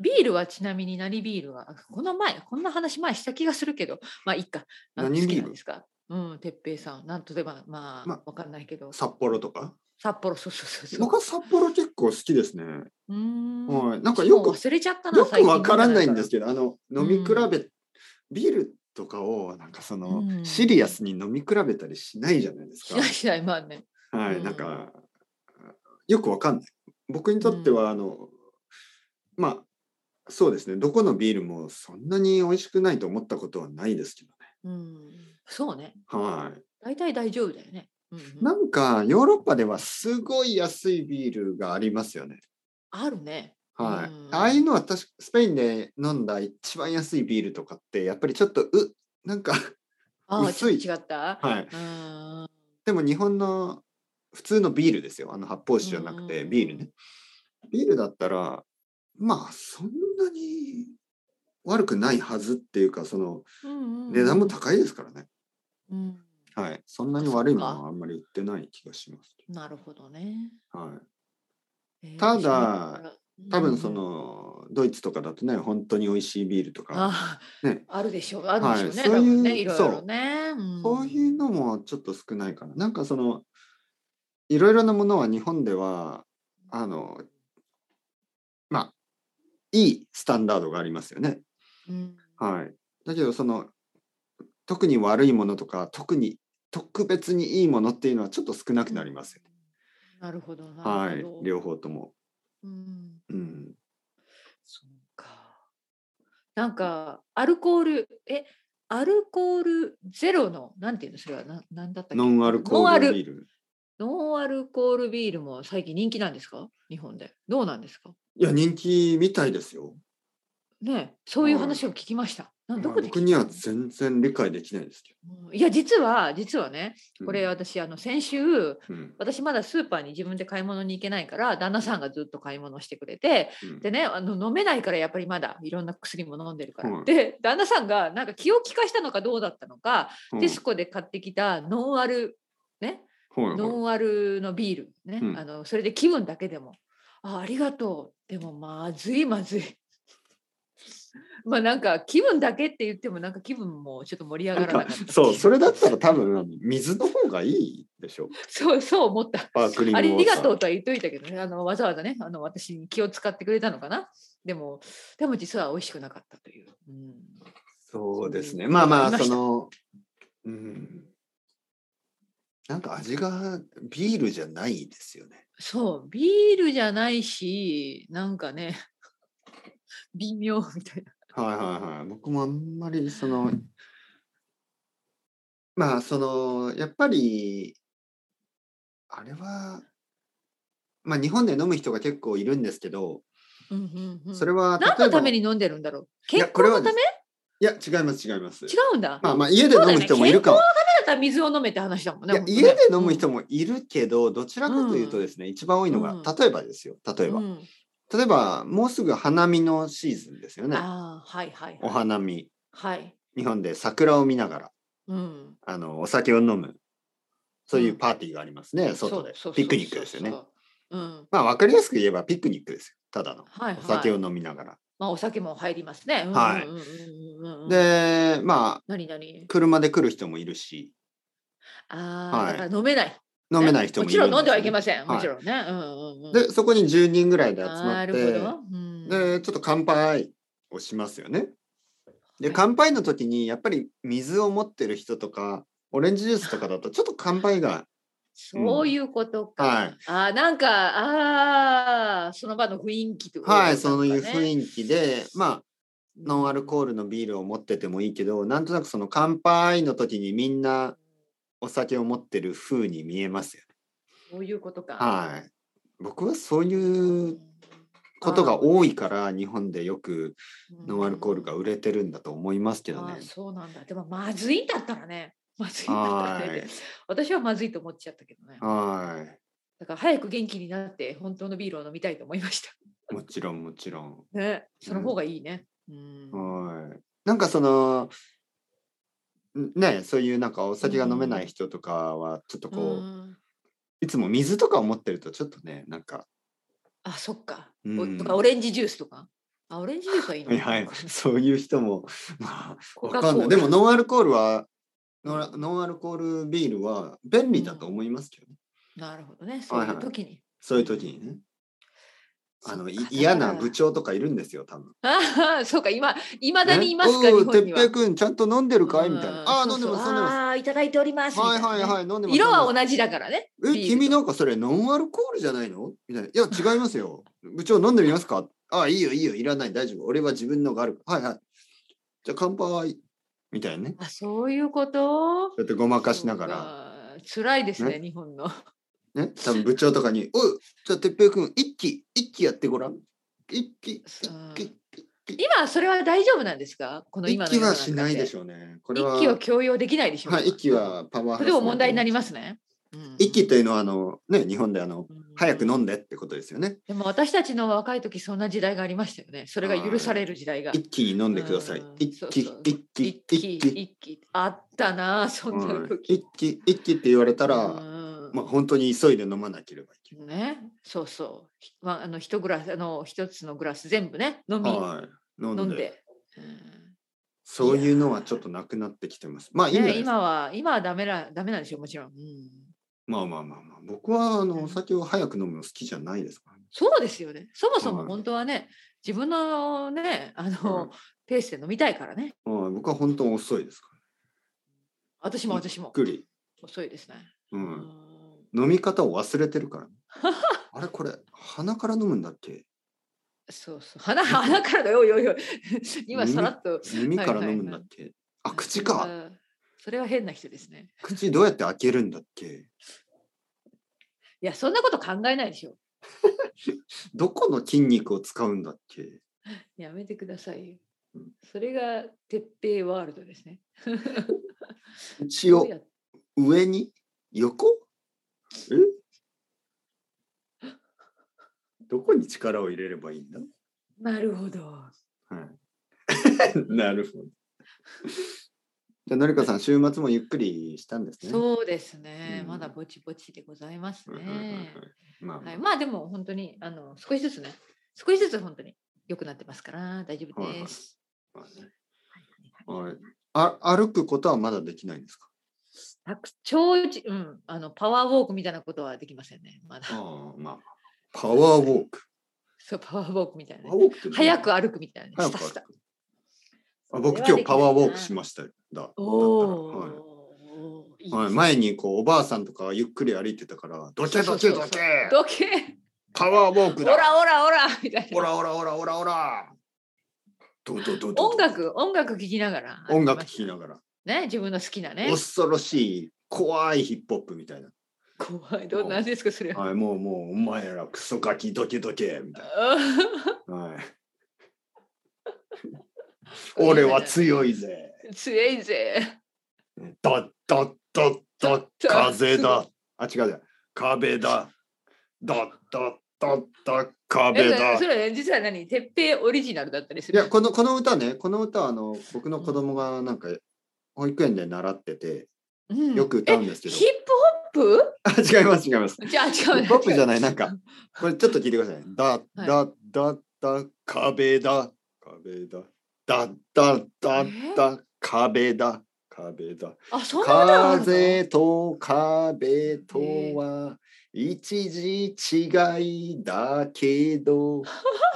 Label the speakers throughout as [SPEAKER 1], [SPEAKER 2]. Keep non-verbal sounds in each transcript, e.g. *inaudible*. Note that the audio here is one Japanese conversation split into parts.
[SPEAKER 1] ビールはちなみに何ビールはこの前こんな話前した気がするけどまあいいかあの
[SPEAKER 2] 何
[SPEAKER 1] 好き
[SPEAKER 2] ビール
[SPEAKER 1] なんですかうん哲平さんなんとでもまあ、
[SPEAKER 2] ま
[SPEAKER 1] わかんないけど
[SPEAKER 2] 札幌とか。
[SPEAKER 1] 札幌そうそうそうそう
[SPEAKER 2] 僕は札幌結構好きですね。
[SPEAKER 1] うーん
[SPEAKER 2] はい。なんか
[SPEAKER 1] 私も
[SPEAKER 2] よく、
[SPEAKER 1] 忘れちゃったな
[SPEAKER 2] よくわからないんです
[SPEAKER 1] け
[SPEAKER 2] けど、あの、飲み比べ、ビールとかを、なんかその、
[SPEAKER 1] うん
[SPEAKER 2] シリアスに飲み比べたりしないじゃないで
[SPEAKER 1] *laughs*
[SPEAKER 2] す
[SPEAKER 1] し
[SPEAKER 2] か
[SPEAKER 1] ない。しないまあね
[SPEAKER 2] はい、
[SPEAKER 1] うん
[SPEAKER 2] なんか、よくわかんない。僕にとっては、あの、まあ、そうですね、どこのビールもそんなに美味しくないと思ったことはないですけどね。
[SPEAKER 1] うんそうね
[SPEAKER 2] はい。
[SPEAKER 1] 大体大丈夫だよね、うんうん
[SPEAKER 2] なんかヨーロッパではすごい安いビールがありますよね。
[SPEAKER 1] あるね
[SPEAKER 2] はい。
[SPEAKER 1] うん
[SPEAKER 2] ああいうのは確かスペインで飲んだ一番安いビールとかってやっぱりちょっとうなんか
[SPEAKER 1] ああちょ
[SPEAKER 2] 薄
[SPEAKER 1] っ
[SPEAKER 2] い
[SPEAKER 1] と違った
[SPEAKER 2] はい。
[SPEAKER 1] うーん
[SPEAKER 2] *laughs* でも日本の普通のビールですよ。あの発泡酒じゃなくて
[SPEAKER 1] うん
[SPEAKER 2] ビールね。ビールだったらまあそんなに悪くないはずっていうかその
[SPEAKER 1] うんうん
[SPEAKER 2] 値段も高いですからね。
[SPEAKER 1] うん
[SPEAKER 2] はい。そんなに悪いものはあんまり売ってない気がします。
[SPEAKER 1] なるほどね、
[SPEAKER 2] は
[SPEAKER 1] え
[SPEAKER 2] い。
[SPEAKER 1] ー
[SPEAKER 2] ただ
[SPEAKER 1] 知らなかった
[SPEAKER 2] 多分そ
[SPEAKER 1] うんうん
[SPEAKER 2] のドイツとかだとね本当に美味しいビールとか
[SPEAKER 1] ああ、
[SPEAKER 2] ね
[SPEAKER 1] あるでしょう、あるでしょうね、
[SPEAKER 2] はいそういう
[SPEAKER 1] 多分ね、いろい
[SPEAKER 2] そう
[SPEAKER 1] ろね。ん
[SPEAKER 2] そういうのもちょっと少ないかななんかそのいろいろなものは日本ではあのまあいいスタンダードがありますよね
[SPEAKER 1] うん
[SPEAKER 2] はいだけどその特に悪いものとか特に特別にいいものっていうのはちょっと少なくなりますよね、
[SPEAKER 1] なるほど、な
[SPEAKER 2] は
[SPEAKER 1] る
[SPEAKER 2] い
[SPEAKER 1] ほど。
[SPEAKER 2] 両方とも
[SPEAKER 1] うん、
[SPEAKER 2] うん
[SPEAKER 1] そうか。なんか、アルコール、え、アルコールゼロの、なんていうの、それは、ななんだったっけ
[SPEAKER 2] ノンアルコールビ
[SPEAKER 1] ル。
[SPEAKER 2] ール
[SPEAKER 1] ノンアルコールビールも最近人気なんですか日本で。どうなんですか
[SPEAKER 2] いや人気みたいですよ
[SPEAKER 1] ね、そういう
[SPEAKER 2] はい
[SPEAKER 1] 話を聞きました。などこで聞いた
[SPEAKER 2] 僕には全然理解できないですけ
[SPEAKER 1] うんいや、実は、実はね、
[SPEAKER 2] ど
[SPEAKER 1] これ、私、あの、先週、
[SPEAKER 2] うん
[SPEAKER 1] 私まだスーパーに自分で買い物に行けないから旦那さんがずっと買い物してくれて
[SPEAKER 2] うん
[SPEAKER 1] でねあの飲めないからやっぱりまだいろんな薬も飲んでるから、
[SPEAKER 2] はい
[SPEAKER 1] で旦那さんがなんか気を利かしたのかどうだったのか、
[SPEAKER 2] うん
[SPEAKER 1] テスコで買ってきたノンアルね
[SPEAKER 2] はいはい
[SPEAKER 1] ノンアルのビールね、
[SPEAKER 2] うん
[SPEAKER 1] あのそれで気分だけでもあありがとうでもまずいまずい *laughs* まあなんか気分だけって言ってもなんか気分もちょっと盛り上がらなかった
[SPEAKER 2] *laughs* そう、それだったら多分水の方がいいでしょう。
[SPEAKER 1] *laughs* そうそう思った
[SPEAKER 2] パークリング
[SPEAKER 1] ありがと
[SPEAKER 2] ウォー
[SPEAKER 1] うとは言っといたけどね、あのわざわざね、あの私に気を使ってくれたのかな。でも、でも実は美味しくなかったという。うん、
[SPEAKER 2] ター。そうですね。
[SPEAKER 1] うん
[SPEAKER 2] まあま
[SPEAKER 1] い
[SPEAKER 2] あ、
[SPEAKER 1] ました
[SPEAKER 2] その、うん。なんか味がビールじゃないですよね。
[SPEAKER 1] そう、ビールじゃないし、なんかね、微妙みたいな。
[SPEAKER 2] はいはいはい。僕もあんまりその、まあその、やっぱり、あれは、まあ日本で飲む人が結構いるんですけど、
[SPEAKER 1] うんうんうん、
[SPEAKER 2] それは
[SPEAKER 1] 何のため
[SPEAKER 2] に
[SPEAKER 1] に飲んでるんだろう
[SPEAKER 2] いや
[SPEAKER 1] 健
[SPEAKER 2] これ
[SPEAKER 1] 康
[SPEAKER 2] は
[SPEAKER 1] のため
[SPEAKER 2] いや、違います違います。
[SPEAKER 1] 違うんだ。
[SPEAKER 2] まあまあ家で飲む人もいるかも
[SPEAKER 1] だったら水を飲めって話だもんね。
[SPEAKER 2] いや
[SPEAKER 1] 本当ね
[SPEAKER 2] 家で飲む人もいるけど、どちらかというとですね、一番多いのが
[SPEAKER 1] うん
[SPEAKER 2] 例えばですよ例えば、
[SPEAKER 1] うん
[SPEAKER 2] 例えばもうすぐ花見のシーズンですよね
[SPEAKER 1] ああ、はいはい、
[SPEAKER 2] お
[SPEAKER 1] はい。
[SPEAKER 2] 花見
[SPEAKER 1] はい。
[SPEAKER 2] 日本で桜を見ながら
[SPEAKER 1] うん。
[SPEAKER 2] あのお酒を飲むそういううんパーティーがありますね、
[SPEAKER 1] そう
[SPEAKER 2] 外で
[SPEAKER 1] そうそう
[SPEAKER 2] ピクニックですよね
[SPEAKER 1] そうそううん。
[SPEAKER 2] まあ分かりやすく言えばピクニックですよただの、
[SPEAKER 1] はい、はい。
[SPEAKER 2] お酒を飲みながら、
[SPEAKER 1] まあ、お酒も入りますね。
[SPEAKER 2] はい
[SPEAKER 1] うんうんうんうんうんうん、
[SPEAKER 2] でまあ
[SPEAKER 1] 何何
[SPEAKER 2] 車で来る人もいるし
[SPEAKER 1] ああ、
[SPEAKER 2] はい
[SPEAKER 1] だから飲めない、
[SPEAKER 2] 飲めない人もいる
[SPEAKER 1] もちろん飲んではいけま
[SPEAKER 2] せ
[SPEAKER 1] せん。
[SPEAKER 2] はい
[SPEAKER 1] もちろんね。うんうんうん、
[SPEAKER 2] でそこに10人ぐらいで集ま
[SPEAKER 1] な
[SPEAKER 2] っ
[SPEAKER 1] るほ
[SPEAKER 2] て
[SPEAKER 1] ど。うん、
[SPEAKER 2] でちょっと乾杯をしますよね。で
[SPEAKER 1] はい
[SPEAKER 2] 乾杯の時にやっぱり水を持ってる人とかオレンジジュースとかだとちょっと乾
[SPEAKER 1] *laughs*
[SPEAKER 2] 杯が
[SPEAKER 1] そういうことか。
[SPEAKER 2] はい
[SPEAKER 1] ああ、なんか、ああ、その場の雰囲気とか、
[SPEAKER 2] はいそういう
[SPEAKER 1] 囲
[SPEAKER 2] 雰囲気でまあノンアルコールのビールを持っててもいいけどなんとなくその乾杯の時にみんなお酒を持ってる風に見えますよね。
[SPEAKER 1] そういうことか。
[SPEAKER 2] はい僕はそういうことが多いから日本でよくノンアルコールが売れてるんだと思いますけ
[SPEAKER 1] け
[SPEAKER 2] どね。
[SPEAKER 1] そうなんだ。でも、まずいんだったらね。まずいんだったら
[SPEAKER 2] は
[SPEAKER 1] ね。
[SPEAKER 2] い
[SPEAKER 1] 私はまずいと思っちゃったけどね。
[SPEAKER 2] はい
[SPEAKER 1] だから、早く元気になって、本当のビールを飲みたいと思いました。
[SPEAKER 2] もちろんもちろん。
[SPEAKER 1] ね、
[SPEAKER 2] うん
[SPEAKER 1] その方がいいね。うん。
[SPEAKER 2] はい。なんかそのんねそういうなんかお酒が飲めない人とかはちょっとこう、
[SPEAKER 1] うん
[SPEAKER 2] いつも水とかを持ってるとちょっとねなんか
[SPEAKER 1] あ、そっか。
[SPEAKER 2] うん
[SPEAKER 1] おとかオレンジジュースとか。あ、オレンジジュースはいいの
[SPEAKER 2] はいはい、そういう人も、まあ、
[SPEAKER 1] コ
[SPEAKER 2] わ
[SPEAKER 1] カコーラ
[SPEAKER 2] かんない。でも、ノンアルコールは、ノンアノンアルコールビールは便利だと思いますけどね。
[SPEAKER 1] なるほどね。そう
[SPEAKER 2] はい
[SPEAKER 1] い
[SPEAKER 2] はいう
[SPEAKER 1] 時に。
[SPEAKER 2] そういう時にね。あの、い
[SPEAKER 1] そっか
[SPEAKER 2] 嫌な部。長とかいるんですよ、多分。
[SPEAKER 1] だからあ *laughs* あ、そうか、今、いまだにいますか、
[SPEAKER 2] ね
[SPEAKER 1] 日
[SPEAKER 2] おうて
[SPEAKER 1] 本
[SPEAKER 2] っ
[SPEAKER 1] には。
[SPEAKER 2] ぺいくん、ちゃんと飲んでるかいみたい
[SPEAKER 1] うん
[SPEAKER 2] な。ああ、
[SPEAKER 1] そ
[SPEAKER 2] 飲
[SPEAKER 1] うんそ
[SPEAKER 2] で
[SPEAKER 1] う
[SPEAKER 2] ます、飲んでます。
[SPEAKER 1] ああ、いただいております。
[SPEAKER 2] はいは
[SPEAKER 1] みたい
[SPEAKER 2] い
[SPEAKER 1] なね
[SPEAKER 2] はい、飲んでます。
[SPEAKER 1] 色は
[SPEAKER 2] 飲んで
[SPEAKER 1] 同じだからね。
[SPEAKER 2] ます
[SPEAKER 1] ビー
[SPEAKER 2] え、
[SPEAKER 1] ル
[SPEAKER 2] 君なんかそれノンアルコールじゃないのみたいな。いや、違いま
[SPEAKER 1] *laughs*
[SPEAKER 2] すよ。部長飲んでみますかああ、いいよいいよ、いらない、大丈夫。俺は自分のがあるから。はいはい。じゃあ乾杯。みたいなね。
[SPEAKER 1] あ、そういうこと。
[SPEAKER 2] だってごまかしながら。
[SPEAKER 1] ら。辛いですね、日本の。
[SPEAKER 2] ね、多分部長とかに、おい、じゃあ、てっぺいくん、一気、一気やってごらん。一気、一
[SPEAKER 1] うん
[SPEAKER 2] 気、
[SPEAKER 1] 今、それは大丈夫なんですか。この今
[SPEAKER 2] 一
[SPEAKER 1] の
[SPEAKER 2] 気はしないでし
[SPEAKER 1] ょ
[SPEAKER 2] ょうね。これは、
[SPEAKER 1] 一気を強要できないでしょう。
[SPEAKER 2] はい、一気はパワ
[SPEAKER 1] そ
[SPEAKER 2] ーハラスメント
[SPEAKER 1] れでも問題になりますね。うん
[SPEAKER 2] 一気というのは、あの、ね、日本であの、
[SPEAKER 1] うん
[SPEAKER 2] 早く飲んでってことですよね。
[SPEAKER 1] でも私たちの若い時そんな時代がありましたよね。それが許される時代が。
[SPEAKER 2] 一気に飲んでください。
[SPEAKER 1] うん
[SPEAKER 2] 一気
[SPEAKER 1] そうそう、
[SPEAKER 2] 一気、一気。
[SPEAKER 1] 一気あったなあそん
[SPEAKER 2] う
[SPEAKER 1] なん時。
[SPEAKER 2] 一気、一気って言われた
[SPEAKER 1] う
[SPEAKER 2] ら、
[SPEAKER 1] ん
[SPEAKER 2] まあ、本当に急いで飲まなければいけ
[SPEAKER 1] ね、そうそう。ひまああの一グラスあの一つのグラス全部ね飲み
[SPEAKER 2] ない。はい、飲んで
[SPEAKER 1] 飲んで。うん
[SPEAKER 2] そういうのはちょっとなくなってきてます。まあ、いいんじゃない
[SPEAKER 1] ね、
[SPEAKER 2] ですか
[SPEAKER 1] 今は今はダメなダメなんでしょうもちろん、うん、
[SPEAKER 2] まあまあまあまあ、僕はあ
[SPEAKER 1] うん
[SPEAKER 2] のお酒を早く飲むの好きじゃないですからね。
[SPEAKER 1] そうですよねそもそも
[SPEAKER 2] はい
[SPEAKER 1] 本当はね自分のねあの、
[SPEAKER 2] うん
[SPEAKER 1] ペースで飲みたいからね
[SPEAKER 2] まあ、僕は本当に遅いですから、
[SPEAKER 1] 私も私
[SPEAKER 2] ゆっ
[SPEAKER 1] も
[SPEAKER 2] くり、
[SPEAKER 1] 遅いですね、
[SPEAKER 2] う。
[SPEAKER 1] うんん
[SPEAKER 2] 飲み方を忘れて
[SPEAKER 1] *laughs*
[SPEAKER 2] るからね、あれこれ鼻から飲むんだっけ
[SPEAKER 1] そうそう鼻 *laughs* 鼻からだよおいおいおい今さらっと
[SPEAKER 2] 耳から飲むんだっけ、あ口か、
[SPEAKER 1] うんそれは変な人ですね
[SPEAKER 2] 口どうやって開けるんだっけ
[SPEAKER 1] いやそんなこと考えないでしょ
[SPEAKER 2] どこの筋肉を使うんだっけ
[SPEAKER 1] やめてくださいよ
[SPEAKER 2] うん
[SPEAKER 1] それが鉄平ワールドですね
[SPEAKER 2] 口を
[SPEAKER 1] どうやっ
[SPEAKER 2] 上に横えどこに力を入れればいいんだ、
[SPEAKER 1] なるほど
[SPEAKER 2] はい、 *laughs* なるほど。じゃあのりこさん週末もゆっくりしたんですね。
[SPEAKER 1] そうですね、
[SPEAKER 2] うん
[SPEAKER 1] まだぼちぼちでございます
[SPEAKER 2] はいはいはいはい
[SPEAKER 1] ね。
[SPEAKER 2] まあ、
[SPEAKER 1] はい、まあでも本当にあの少しずつね、少しずつ本当に良くなってますから大丈夫です。
[SPEAKER 2] まあねはいあ歩くことはまだできないんですか。
[SPEAKER 1] 白鳥じうん、あのパワーウォークみたいなことはできませんね、まだ。
[SPEAKER 2] ああ、まあ。パワーウォーク。
[SPEAKER 1] *laughs* そう、パワーウォークみたい
[SPEAKER 2] パ
[SPEAKER 1] な
[SPEAKER 2] ワー
[SPEAKER 1] ね。
[SPEAKER 2] ウォークって
[SPEAKER 1] 早く歩くみたいなね。
[SPEAKER 2] 早
[SPEAKER 1] ス
[SPEAKER 2] く
[SPEAKER 1] タス
[SPEAKER 2] 歩く
[SPEAKER 1] タ。
[SPEAKER 2] あ僕今日パワーウォークし
[SPEAKER 1] ま
[SPEAKER 2] ましたよ。だだったら
[SPEAKER 1] お
[SPEAKER 2] はい
[SPEAKER 1] おー、いいですね
[SPEAKER 2] はい、前にこうおばあさんとかがゆっくり歩いてたから、どけどけど
[SPEAKER 1] そうそう
[SPEAKER 2] け
[SPEAKER 1] そうどけ
[SPEAKER 2] パワーウォー
[SPEAKER 1] オ
[SPEAKER 2] クだ
[SPEAKER 1] ラオラオラみたい
[SPEAKER 2] オ
[SPEAKER 1] な。
[SPEAKER 2] ラオラオラオラオラどどどどど
[SPEAKER 1] 音楽、音楽聴きながら。
[SPEAKER 2] 音楽聴きながら。
[SPEAKER 1] ね、自分の好きなね。
[SPEAKER 2] 恐ろしい怖いヒップホップみたいな。
[SPEAKER 1] 怖い。どんなんですか、それは。 *laughs*
[SPEAKER 2] はい、もうもうお前らクソガキどけどけみたいな。はい、俺は強いぜ。
[SPEAKER 1] 強いぜ。
[SPEAKER 2] だっだっだっだっ
[SPEAKER 1] *laughs*
[SPEAKER 2] 風だ。あ違う違う。壁だ。だっだっだっだ壁だ
[SPEAKER 1] え、。それ実は何鉄平オリジナルだったりす
[SPEAKER 2] い
[SPEAKER 1] る。
[SPEAKER 2] やこのこの歌ね、この歌はあの僕の子供がなんか保育園で習ってて
[SPEAKER 1] うん
[SPEAKER 2] よく歌うんです
[SPEAKER 1] え
[SPEAKER 2] けど。
[SPEAKER 1] ヒップホッ
[SPEAKER 2] あ違います違い
[SPEAKER 1] *laughs*
[SPEAKER 2] ます。
[SPEAKER 1] プじゃあ違
[SPEAKER 2] ヒ
[SPEAKER 1] う
[SPEAKER 2] ッ
[SPEAKER 1] ね。
[SPEAKER 2] *laughs* プホップじゃ
[SPEAKER 1] ない。
[SPEAKER 2] ないなんかこれちょっと聞いてくださいね。だ
[SPEAKER 1] はい
[SPEAKER 2] だだだ壁だ壁だだだだだ壁だ壁だ
[SPEAKER 1] あ、そんな歌があるの
[SPEAKER 2] 風と壁とは一時違いだけ
[SPEAKER 1] *laughs*
[SPEAKER 2] ど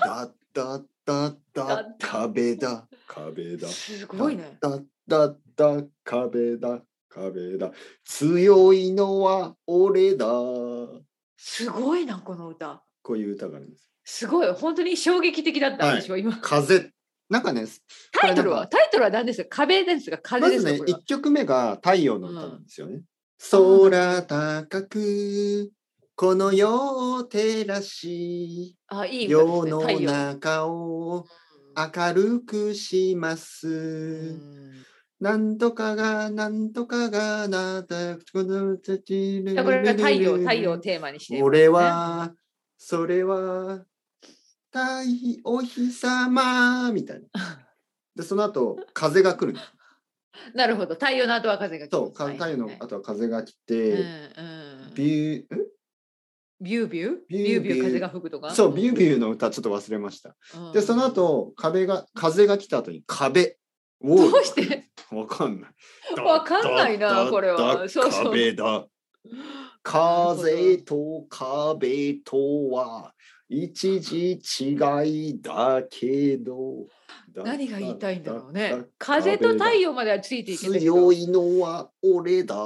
[SPEAKER 2] だだだ
[SPEAKER 1] だ
[SPEAKER 2] だ
[SPEAKER 1] だ
[SPEAKER 2] 壁だ壁だ
[SPEAKER 1] すごいね。
[SPEAKER 2] だだだ壁だ壁だ強いのは俺だこ
[SPEAKER 1] すごいな、この歌。
[SPEAKER 2] ういう歌があるんです。
[SPEAKER 1] すごい。本当に衝撃的だったんでしょ、今。
[SPEAKER 2] 風なんかね
[SPEAKER 1] タイトル
[SPEAKER 2] こ
[SPEAKER 1] は
[SPEAKER 2] れなんか
[SPEAKER 1] タイトルは何ですか壁ですが、
[SPEAKER 2] ま
[SPEAKER 1] 風で
[SPEAKER 2] ず
[SPEAKER 1] す
[SPEAKER 2] ね
[SPEAKER 1] か、これは
[SPEAKER 2] 1曲目が「太陽の歌」なんですよね。空高くこの世を照らし
[SPEAKER 1] あ、いい歌です
[SPEAKER 2] 世
[SPEAKER 1] ね。
[SPEAKER 2] の
[SPEAKER 1] 太陽。
[SPEAKER 2] 中を明るくします。
[SPEAKER 1] うん
[SPEAKER 2] なんとかがなんとかがなたこの土
[SPEAKER 1] だからこれが太陽、太陽をテーマにしてる。
[SPEAKER 2] 俺はそれは太お日様みたいな。でそ
[SPEAKER 1] *laughs*
[SPEAKER 2] の後風が来るの。
[SPEAKER 1] なるほど。太陽の後は風が来る。
[SPEAKER 2] そうか太陽の
[SPEAKER 1] はいはいはい
[SPEAKER 2] 後は風が来
[SPEAKER 1] う
[SPEAKER 2] て、
[SPEAKER 1] んうん
[SPEAKER 2] ビューん
[SPEAKER 1] ビュービュー
[SPEAKER 2] ビ
[SPEAKER 1] ビ
[SPEAKER 2] ュ
[SPEAKER 1] ュ
[SPEAKER 2] ービュ
[SPEAKER 1] ー
[SPEAKER 2] ー
[SPEAKER 1] ビュー風が吹くとか
[SPEAKER 2] そう、ビュービューの歌ちょっと忘れました。
[SPEAKER 1] うん
[SPEAKER 2] で、その後、壁が、風が来た後に
[SPEAKER 1] *laughs*
[SPEAKER 2] 壁。ウォー
[SPEAKER 1] どう
[SPEAKER 2] ル *laughs*
[SPEAKER 1] して
[SPEAKER 2] わかんない。
[SPEAKER 1] *laughs* わかんないな
[SPEAKER 2] だだ
[SPEAKER 1] これは
[SPEAKER 2] だ
[SPEAKER 1] そうそう
[SPEAKER 2] 壁
[SPEAKER 1] *laughs*
[SPEAKER 2] だ。風と壁とは一時違いだけど。だ
[SPEAKER 1] 何が言いたいんだろう
[SPEAKER 2] だ
[SPEAKER 1] ね
[SPEAKER 2] だ
[SPEAKER 1] 風と太陽まではついていけないけど
[SPEAKER 2] 強いのは
[SPEAKER 1] *laughs*
[SPEAKER 2] 俺だ。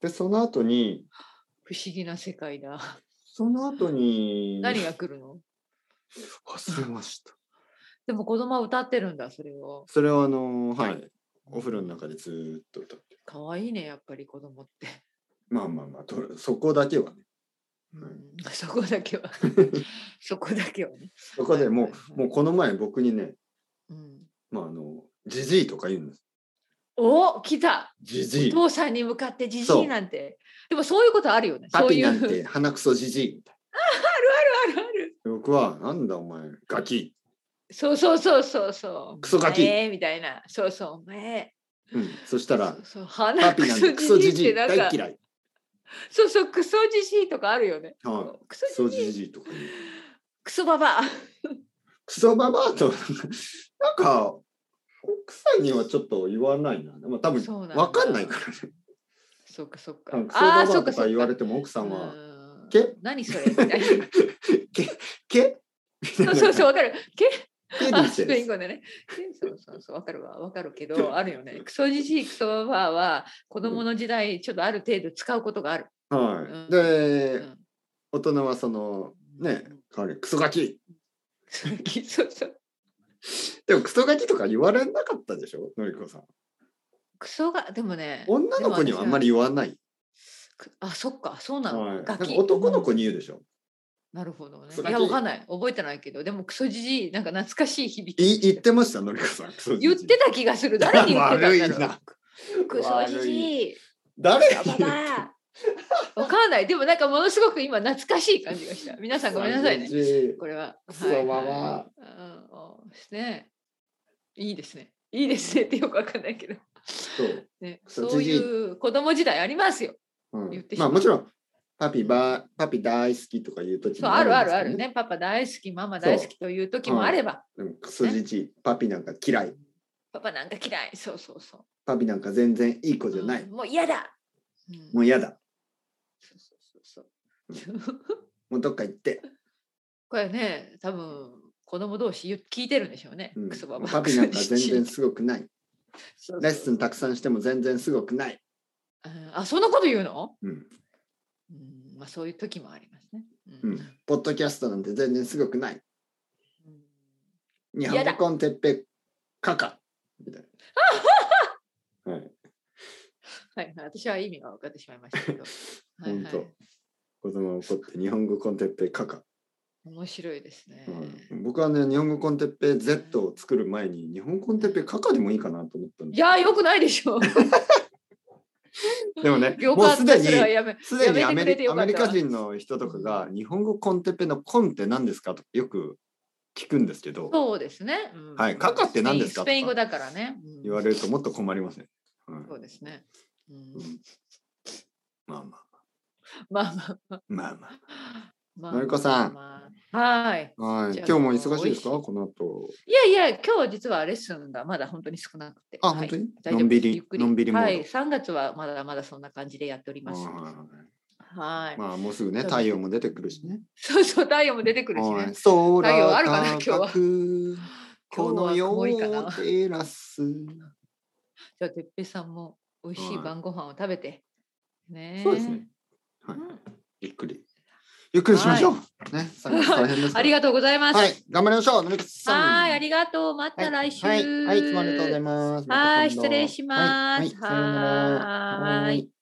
[SPEAKER 2] で、その後に、
[SPEAKER 1] 不思議な世界だ
[SPEAKER 2] その後に、
[SPEAKER 1] 何が来るの
[SPEAKER 2] 忘れました。
[SPEAKER 1] でも子供は歌ってるんだそれを
[SPEAKER 2] それはあのーはい、
[SPEAKER 1] はい
[SPEAKER 2] お風呂の中でずーっと歌ってる。
[SPEAKER 1] かわいいねやっぱり子供って、
[SPEAKER 2] まあまあまあ、とそこだけはね。
[SPEAKER 1] う
[SPEAKER 2] はい
[SPEAKER 1] ん、そこだ
[SPEAKER 2] *laughs*
[SPEAKER 1] けはそこだけはね、
[SPEAKER 2] そこでもう、
[SPEAKER 1] はいはいはい
[SPEAKER 2] もうこの前僕にね、
[SPEAKER 1] うん、
[SPEAKER 2] まああの、じじいとか言うんです。
[SPEAKER 1] お来た
[SPEAKER 2] じじい。
[SPEAKER 1] 父さんに向かってじ
[SPEAKER 2] そ
[SPEAKER 1] じ
[SPEAKER 2] う
[SPEAKER 1] いなんてでもそういうことあるよね
[SPEAKER 2] パ
[SPEAKER 1] そう
[SPEAKER 2] ピ
[SPEAKER 1] いう
[SPEAKER 2] なんて鼻くそじじいみたい
[SPEAKER 1] *laughs* あるある
[SPEAKER 2] な。僕は、なんだお前、ガキ。
[SPEAKER 1] そうそうそうそうそう
[SPEAKER 2] クソガキ
[SPEAKER 1] お前みたいなそうそうお前
[SPEAKER 2] うん、そしたら
[SPEAKER 1] そ、うそう鼻
[SPEAKER 2] パピ
[SPEAKER 1] く
[SPEAKER 2] なん
[SPEAKER 1] そ
[SPEAKER 2] てクソ
[SPEAKER 1] じ
[SPEAKER 2] じ
[SPEAKER 1] じ
[SPEAKER 2] じ
[SPEAKER 1] い
[SPEAKER 2] い
[SPEAKER 1] ってなん
[SPEAKER 2] 大
[SPEAKER 1] か
[SPEAKER 2] 嫌い。
[SPEAKER 1] そうそうクソじじいとかあるよね
[SPEAKER 2] はい。
[SPEAKER 1] ク
[SPEAKER 2] ク
[SPEAKER 1] ソ
[SPEAKER 2] ソ
[SPEAKER 1] じじ
[SPEAKER 2] じ
[SPEAKER 1] い
[SPEAKER 2] じいとか言う。
[SPEAKER 1] クソババア
[SPEAKER 2] クソババアと、なんか、奥さんにはちょっと言わないな。まあ多
[SPEAKER 1] そうなん
[SPEAKER 2] 分、
[SPEAKER 1] だ
[SPEAKER 2] わかんないからね。
[SPEAKER 1] そっかそっか
[SPEAKER 2] あのクソ
[SPEAKER 1] あ
[SPEAKER 2] バ
[SPEAKER 1] あ
[SPEAKER 2] バ
[SPEAKER 1] そ
[SPEAKER 2] ア
[SPEAKER 1] っかそ
[SPEAKER 2] と
[SPEAKER 1] っ
[SPEAKER 2] か
[SPEAKER 1] か
[SPEAKER 2] 言われても奥さんは、
[SPEAKER 1] うーん
[SPEAKER 2] け
[SPEAKER 1] 何それみたい
[SPEAKER 2] *laughs*
[SPEAKER 1] なそ
[SPEAKER 2] け、けみたいな
[SPEAKER 1] うそうそうわかるけ
[SPEAKER 2] ケリ
[SPEAKER 1] あ
[SPEAKER 2] ー
[SPEAKER 1] ス
[SPEAKER 2] 先
[SPEAKER 1] ペイン
[SPEAKER 2] 生
[SPEAKER 1] 語でね。そうそうそう、わかるわ、わかるけど、あるよね。クソじじい、クソババアは、子供の時代、ちょっとある程度使うことがある。
[SPEAKER 2] は
[SPEAKER 1] うん
[SPEAKER 2] い。で、
[SPEAKER 1] うん
[SPEAKER 2] 大人はその、ね、彼、クソガキ。
[SPEAKER 1] そうそうそう。
[SPEAKER 2] でもクソガキとか言われなかったでしょ、のりこさん。
[SPEAKER 1] クソが、でもね。
[SPEAKER 2] 女の子にはあんまり言わない。
[SPEAKER 1] でも私は。あ、そっか、そうな
[SPEAKER 2] は
[SPEAKER 1] の。
[SPEAKER 2] い、な
[SPEAKER 1] ガ
[SPEAKER 2] んか
[SPEAKER 1] キ。
[SPEAKER 2] 男の子に言うでしょ。
[SPEAKER 1] なるほどね
[SPEAKER 2] クソ。ガ
[SPEAKER 1] い
[SPEAKER 2] キ
[SPEAKER 1] や、わかんない。覚えてないけど、でもクソじじい、なんか懐かしい響
[SPEAKER 2] い
[SPEAKER 1] き。
[SPEAKER 2] 言ってました、のりこさん。クソじじい
[SPEAKER 1] 言ってた気がする。誰に言ってたんだろう
[SPEAKER 2] 悪いな。
[SPEAKER 1] クソじじい。
[SPEAKER 2] 誰
[SPEAKER 1] クソババアわかんない。でもなんかものすごく今懐かしい感じがした。皆さんごめんなさいね。
[SPEAKER 2] ね。
[SPEAKER 1] これは。
[SPEAKER 2] クソババ
[SPEAKER 1] はいはい
[SPEAKER 2] ア。
[SPEAKER 1] うんうんですね。いいですね。いいですねってよくわかんないけど。
[SPEAKER 2] そう。
[SPEAKER 1] ね、
[SPEAKER 2] クソ
[SPEAKER 1] そう
[SPEAKER 2] じじい
[SPEAKER 1] いう子供時代ありますよ。
[SPEAKER 2] うん
[SPEAKER 1] 言ってし
[SPEAKER 2] ま
[SPEAKER 1] ま
[SPEAKER 2] あ
[SPEAKER 1] う
[SPEAKER 2] もちろん、パピバパピ大好きとか言うとき
[SPEAKER 1] そうあるあるあるね。パパ大好き、ママ大好きという時もあれば、
[SPEAKER 2] でもクソじじい、パピなんか嫌い。
[SPEAKER 1] パパなんか嫌い。そうそうそ
[SPEAKER 2] パピなんか全然いい子
[SPEAKER 1] う。
[SPEAKER 2] じゃない。
[SPEAKER 1] うんもう嫌だ。うん
[SPEAKER 2] もう嫌だ。
[SPEAKER 1] そうそうそうそう
[SPEAKER 2] もうどっか行って。
[SPEAKER 1] これね、多分子供同士言う聞いてるんでしょうね。
[SPEAKER 2] うん
[SPEAKER 1] クソババ
[SPEAKER 2] パピなんか
[SPEAKER 1] クソ
[SPEAKER 2] 全
[SPEAKER 1] じじい
[SPEAKER 2] 然すごくない。
[SPEAKER 1] そうそう
[SPEAKER 2] レッスンたくさんしても全然すごくない。
[SPEAKER 1] うんあ、そんなこと言うの、
[SPEAKER 2] うん
[SPEAKER 1] うんまあ、そういう時もありますね。
[SPEAKER 2] う
[SPEAKER 1] うん
[SPEAKER 2] んポッドキャストなんて全然すごくない。
[SPEAKER 1] うん
[SPEAKER 2] に
[SPEAKER 1] 嫌だ
[SPEAKER 2] ハコンてっぺかか。みたいな。はい。
[SPEAKER 1] はいはい、私は意味が分かってしまいましたけ
[SPEAKER 2] *laughs*
[SPEAKER 1] ど。はい
[SPEAKER 2] 本
[SPEAKER 1] は
[SPEAKER 2] 当
[SPEAKER 1] い、。
[SPEAKER 2] 子供怒って日本語コンテッペカカ。
[SPEAKER 1] 面白いですね。
[SPEAKER 2] うん僕はね、日本語コンテッペ Z を作る前に、日本コンテッペカカでもいいかなと思ったん
[SPEAKER 1] い
[SPEAKER 2] で
[SPEAKER 1] やー、よくないで
[SPEAKER 2] *laughs*
[SPEAKER 1] しょう。
[SPEAKER 2] す。でもね、
[SPEAKER 1] よ
[SPEAKER 2] もう
[SPEAKER 1] かっ
[SPEAKER 2] すで
[SPEAKER 1] た、
[SPEAKER 2] に
[SPEAKER 1] それは、やめ。
[SPEAKER 2] すでに
[SPEAKER 1] や
[SPEAKER 2] ア
[SPEAKER 1] めて
[SPEAKER 2] メ
[SPEAKER 1] くれて
[SPEAKER 2] リ
[SPEAKER 1] よ
[SPEAKER 2] ア
[SPEAKER 1] かった
[SPEAKER 2] メリカ人の人とかが、日本語コンテッペのコンって何ですかとかよく聞くんですけど、
[SPEAKER 1] そうですね。うん
[SPEAKER 2] はいカカって何ですか
[SPEAKER 1] スペインスペイン語だからね。うん
[SPEAKER 2] 言われるともっと困りますね。はい
[SPEAKER 1] そうですね。うん
[SPEAKER 2] うんまあま
[SPEAKER 1] まあまあ
[SPEAKER 2] あ、まあま
[SPEAKER 1] まあ。
[SPEAKER 2] のりこさん
[SPEAKER 1] まあはい。
[SPEAKER 2] あ。はい。
[SPEAKER 1] じゃ
[SPEAKER 2] 今
[SPEAKER 1] あ
[SPEAKER 2] 日も忙しいですか
[SPEAKER 1] もう
[SPEAKER 2] この後。
[SPEAKER 1] いやいや、今日実はレッスンがまだ本当に少なくて。
[SPEAKER 2] あ、
[SPEAKER 1] はい
[SPEAKER 2] 本当に
[SPEAKER 1] 大丈
[SPEAKER 2] の
[SPEAKER 1] 夫
[SPEAKER 2] ん
[SPEAKER 1] で
[SPEAKER 2] び
[SPEAKER 1] す
[SPEAKER 2] り
[SPEAKER 1] ゆっ、く
[SPEAKER 2] のんびりモード。
[SPEAKER 1] はい、3月はまだまだそんな感じでやっております。
[SPEAKER 2] はいはい
[SPEAKER 1] は
[SPEAKER 2] はい
[SPEAKER 1] い。
[SPEAKER 2] まあもうすぐね
[SPEAKER 1] そう
[SPEAKER 2] 太陽も出てくるしね。
[SPEAKER 1] そうそう、太陽も出てくるし
[SPEAKER 2] は
[SPEAKER 1] ね
[SPEAKER 2] い。。空
[SPEAKER 1] 太陽あるかな
[SPEAKER 2] 高く
[SPEAKER 1] 今
[SPEAKER 2] この
[SPEAKER 1] 日は
[SPEAKER 2] 世を
[SPEAKER 1] 曇りかな
[SPEAKER 2] 照らす。
[SPEAKER 1] じゃあ、てっぺいさんも美味しい
[SPEAKER 2] はい
[SPEAKER 1] 晩ご飯を食べて。ねえ
[SPEAKER 2] そうですね。は
[SPEAKER 1] う
[SPEAKER 2] い。
[SPEAKER 1] ん
[SPEAKER 2] ゆっくり。ゆっくりしましょう。ね、3月大変ですから。
[SPEAKER 1] *laughs* ありがとうございます。
[SPEAKER 2] はい、頑張りましょう。のりこさん。
[SPEAKER 1] はい、ありがとう。また来週。
[SPEAKER 2] はい、はい、はいいつもありがとうございます。また
[SPEAKER 1] はい
[SPEAKER 2] 今度
[SPEAKER 1] 失礼します
[SPEAKER 2] はいはいさようなら
[SPEAKER 1] はーい
[SPEAKER 2] はーい。